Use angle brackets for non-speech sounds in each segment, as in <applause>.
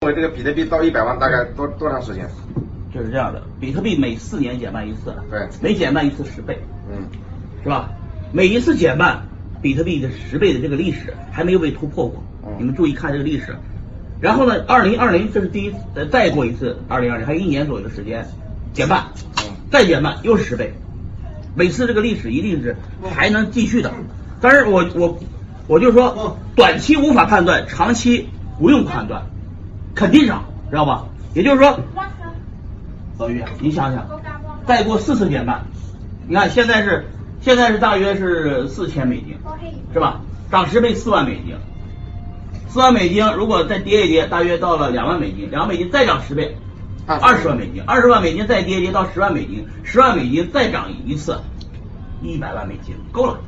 为这个比特币到一百万大概多多长时间？这是这样的，比特币每四年减半一次，对每减半一次十倍，嗯，是吧？每一次减半，比特币的十倍的这个历史还没有被突破过。嗯你们注意看这个历史。然后呢，二零二零这是第一次，呃，再过一次二零二零，还有一年左右的时间，减半，嗯再减半又是十倍，每次这个历史一定是还能继续的。但是我我我就说，短期无法判断，长期不用判断，肯定涨，知道吧？也就是说，老于，你想想，再过四次减半，你看现在是现在是大约是四千美金，是吧？涨十倍四万美金，四万美金如果再跌一跌，大约到了两万美金，两万美金再涨十倍，二十万美金，二十万美金再跌一跌到十万美金，十万美金再涨一次，一百万美金够了。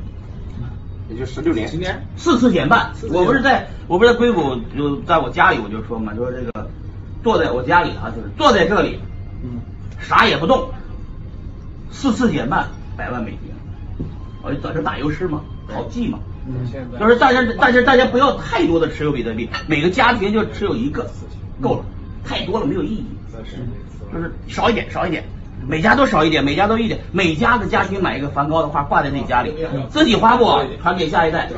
也就十六年。十年？四次减半。我不是在我不是在硅谷，就在我家里我就说嘛，说这个坐在我家里啊，就是坐在这里，嗯，啥也不动，四次减半，百万美金，我就找这打油诗嘛，好记嘛。现在就是大家大家大家不要太多的持有比特币，每个家庭就持有一个，够了，太多了没有意义。嗯就是少一点，少一点，每家都少一点，每家都一点，每家的家庭买一个梵高的画挂在自己家里，自己花过传给下一代，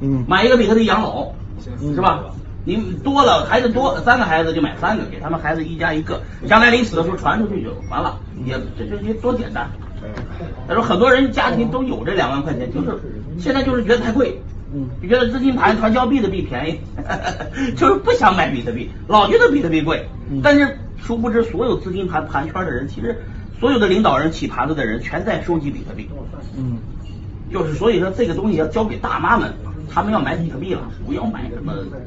嗯买一个比特币养老，嗯是吧？你多了孩子多三个孩子就买三个，给他们孩子一家一个，将来临死的时候传出去就完了，也这这这多简单。他说很多人家庭都有这两万块钱，就是现在就是觉得太贵，嗯就觉得资金盘传销币的币便宜， <laughs> 就是不想买比特币，老觉得比特币贵嗯。但是殊不知，所有资金盘盘圈的人，其实所有的领导人起盘子的人，全在收集比特币。嗯就是所以说，这个东西要交给大妈们，他们要买比特币了，不要买什么这个。